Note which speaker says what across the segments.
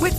Speaker 1: With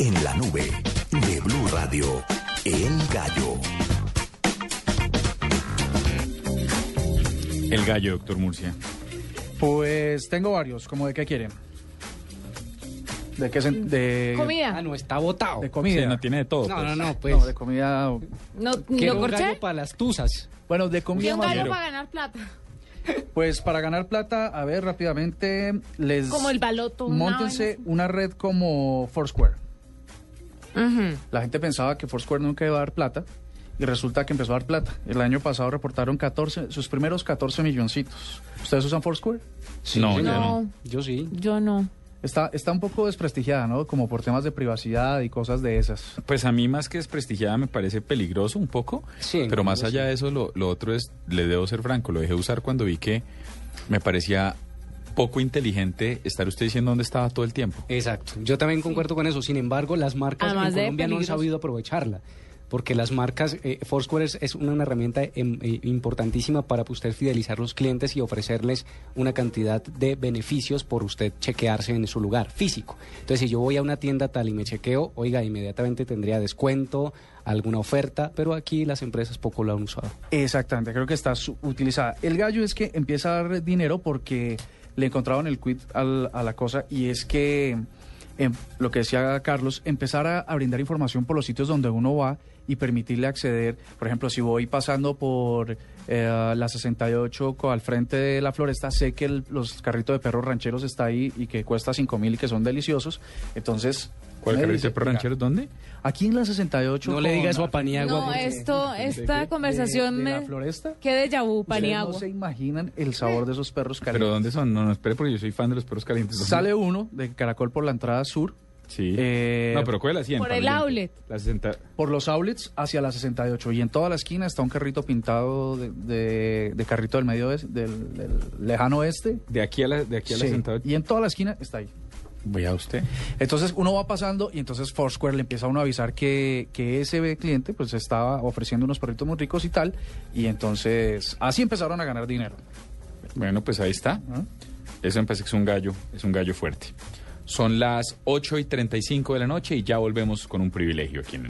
Speaker 2: En la nube de Blue Radio, El Gallo.
Speaker 3: El gallo, doctor Murcia.
Speaker 4: Pues tengo varios, como de qué quieren. ¿De qué se, de,
Speaker 5: Ah, no, está botado.
Speaker 4: de
Speaker 3: Sí,
Speaker 4: comida.
Speaker 3: no tiene de todo.
Speaker 5: No,
Speaker 3: pues.
Speaker 5: no, no, pues.
Speaker 4: No, de comida.
Speaker 6: ¿No,
Speaker 5: Quiero
Speaker 6: no
Speaker 5: un gallo
Speaker 6: corché?
Speaker 5: para las tuzas.
Speaker 4: Bueno, de
Speaker 6: Y
Speaker 4: comida
Speaker 6: un
Speaker 4: más
Speaker 6: gallo
Speaker 4: bien.
Speaker 6: para ganar plata.
Speaker 4: Pues para ganar plata, a ver rápidamente les
Speaker 6: Como el baloto. una
Speaker 4: Móntense
Speaker 6: vaina
Speaker 4: una red como Foursquare. La gente pensaba que Foursquare nunca iba a dar plata y resulta que empezó a dar plata. El año pasado reportaron 14, sus primeros 14 milloncitos. ¿Ustedes usan Foursquare?
Speaker 3: No,
Speaker 5: señor.
Speaker 3: yo
Speaker 6: así.
Speaker 3: no.
Speaker 6: No,
Speaker 5: Yo sí.
Speaker 6: yo no.
Speaker 4: Está, está un poco desprestigiada, ¿no? Como por temas de privacidad y cosas de esas.
Speaker 3: Pues a mí más que desprestigiada me parece peligroso un poco,
Speaker 5: Sí,
Speaker 3: pero más
Speaker 5: sí.
Speaker 3: allá de eso lo, lo otro es, le debo ser franco, lo dejé usar cuando vi que me parecía poco inteligente estar usted diciendo dónde estaba todo el tiempo.
Speaker 5: Exacto. Yo también concuerdo con eso. Sin embargo, las marcas
Speaker 6: Además
Speaker 5: en
Speaker 6: de
Speaker 5: Colombia no han
Speaker 6: peligroso.
Speaker 5: sabido aprovecharla. Porque las marcas, eh, Foursquare es, es una, herramienta em, eh, importantísima para usted fidelizar los clientes y ofrecerles una cantidad de beneficios por usted chequearse en su lugar físico. Entonces, si yo voy a una tienda tal y me chequeo, oiga, inmediatamente tendría descuento, alguna oferta, pero aquí las empresas poco lo han usado.
Speaker 4: Exactamente, creo que está su- utilizada. El gallo es que empieza a dar dinero porque le encontraban el quid al- a la cosa y es que, em, lo que decía Carlos, empezar a, a brindar información por los sitios donde uno va y permitirle acceder. Por ejemplo, si voy pasando por eh, la 68 co- al frente de la floresta, sé que el- los carritos de perros rancheros está ahí y que cuesta 5 mil y que son deliciosos. Entonces...
Speaker 3: ¿Cuál
Speaker 4: me
Speaker 3: carrito
Speaker 4: dice,
Speaker 3: de perros rancheros? ¿Dónde?
Speaker 4: Aquí en la 68...
Speaker 5: No le
Speaker 4: con-
Speaker 5: diga eso a Paniagua.
Speaker 6: No,
Speaker 5: porque-
Speaker 6: esto,
Speaker 4: ¿De
Speaker 6: esta
Speaker 4: qué?
Speaker 6: conversación
Speaker 4: ¿De- de
Speaker 6: me...
Speaker 4: la floresta?
Speaker 6: Qué déjà vu,
Speaker 4: Ustedes no
Speaker 6: Paniagua.
Speaker 4: se imaginan el sabor de esos perros
Speaker 3: ¿Pero
Speaker 4: calientes.
Speaker 3: dónde son? No, no, espere porque yo soy fan de los perros calientes. ¿Dónde?
Speaker 4: Sale uno de Caracol por la entrada sur,
Speaker 3: Sí.
Speaker 4: Eh,
Speaker 3: no, pero ¿cuál es la 100?
Speaker 6: por
Speaker 3: para
Speaker 6: el
Speaker 3: la gente?
Speaker 6: outlet.
Speaker 3: La 60.
Speaker 4: por los outlets hacia la 68 y en toda la esquina está un carrito pintado de, de- de carrito del medio oeste- del, del lejano oeste.
Speaker 3: De aquí a la, de aquí a la
Speaker 4: Sí,
Speaker 3: 68.
Speaker 4: Y en toda la esquina está ahí.
Speaker 3: Voy a usted.
Speaker 4: Entonces uno va pasando y entonces Foursquare le empieza a uno a avisar que, que ese cliente pues estaba ofreciendo unos perritos muy ricos y tal. Y entonces así empezaron a ganar dinero.
Speaker 3: Bueno, pues ahí está.
Speaker 4: ¿no?
Speaker 3: Eso empecé que es un gallo, es un gallo fuerte. Son las 8 y 35 de la noche y ya volvemos con un privilegio aquí en